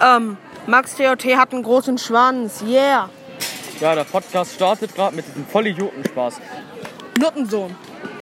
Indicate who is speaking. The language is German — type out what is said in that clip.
Speaker 1: Ähm, Max TOT hat einen großen Schwanz. Yeah.
Speaker 2: Ja, der Podcast startet gerade mit diesem Vollidioten-Spaß.
Speaker 1: Nuttensohn.